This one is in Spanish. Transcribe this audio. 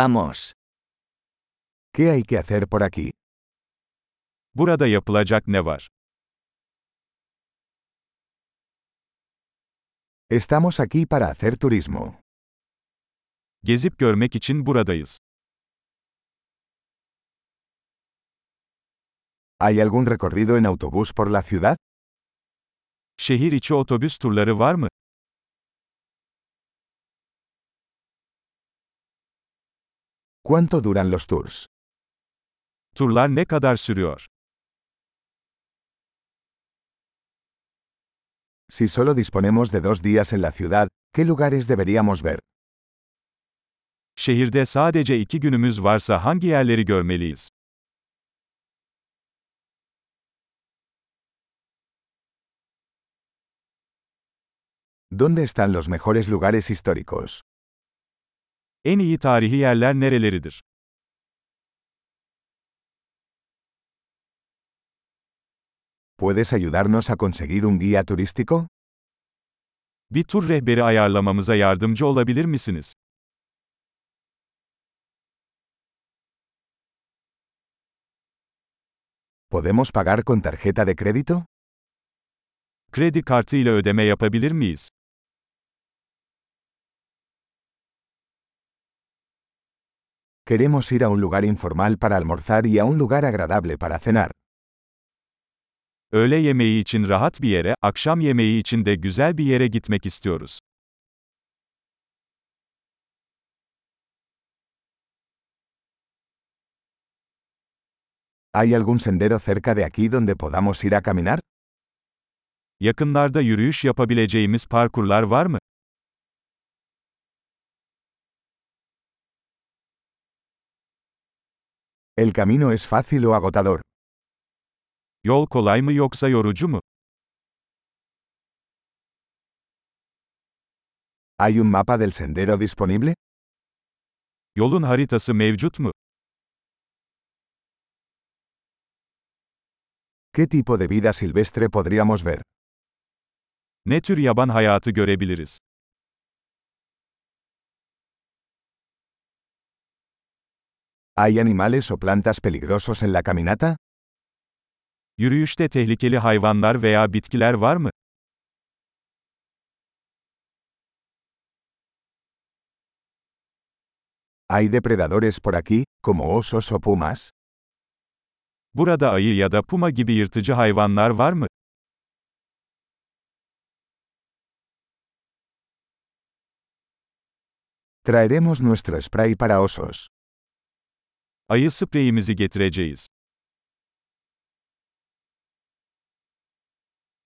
Vamos. ¿Qué hay que hacer por aquí? Burada yapılacak ne var? Estamos aquí para hacer turismo. Gezip görmek için buradayız. ¿Hay algún recorrido en autobús por la ciudad? Şehir içi otobüs turları var mı? ¿Cuánto duran los tours? Turlar ne kadar sürüyor? Si solo disponemos de dos días en la ciudad, ¿qué lugares deberíamos ver? Şehirde sadece iki günümüz varsa hangi yerleri görmeliyiz? ¿Dónde están los mejores lugares históricos? En iyi tarihi yerler nereleridir? ¿Puedes ayudarnos a conseguir un guía turístico? Bir tur rehberi ayarlamamıza yardımcı olabilir misiniz? ¿Podemos pagar con tarjeta de crédito? Kredi kartı ile ödeme yapabilir miyiz? Queremos ir a un lugar informal para almorzar y a un lugar agradable para cenar. Öğle yemeği için rahat bir yere, akşam yemeği için de güzel bir yere gitmek istiyoruz. ¿Hay algún sendero cerca de aquí donde podamos ir a caminar? Yakınlarda yürüyüş yapabileceğimiz parkurlar var mı? ¿El camino es fácil o agotador? Yol kolay mı yoksa yorucu mu? ¿Hay un mapa del sendero disponible? Yolun haritası mevcut mu? ¿Qué tipo de vida silvestre podríamos ver? Ne tür yaban hayatı görebiliriz? ¿Hay animales o plantas peligrosos en la caminata? Yürüyüşte tehlikeli hayvanlar veya bitkiler var mı? ¿Hay depredadores por aquí, como osos o pumas? Burada ayı ya da puma gibi yırtıcı hayvanlar var mı? Traeremos nuestro spray para osos. Ayı spreyimizi getireceğiz.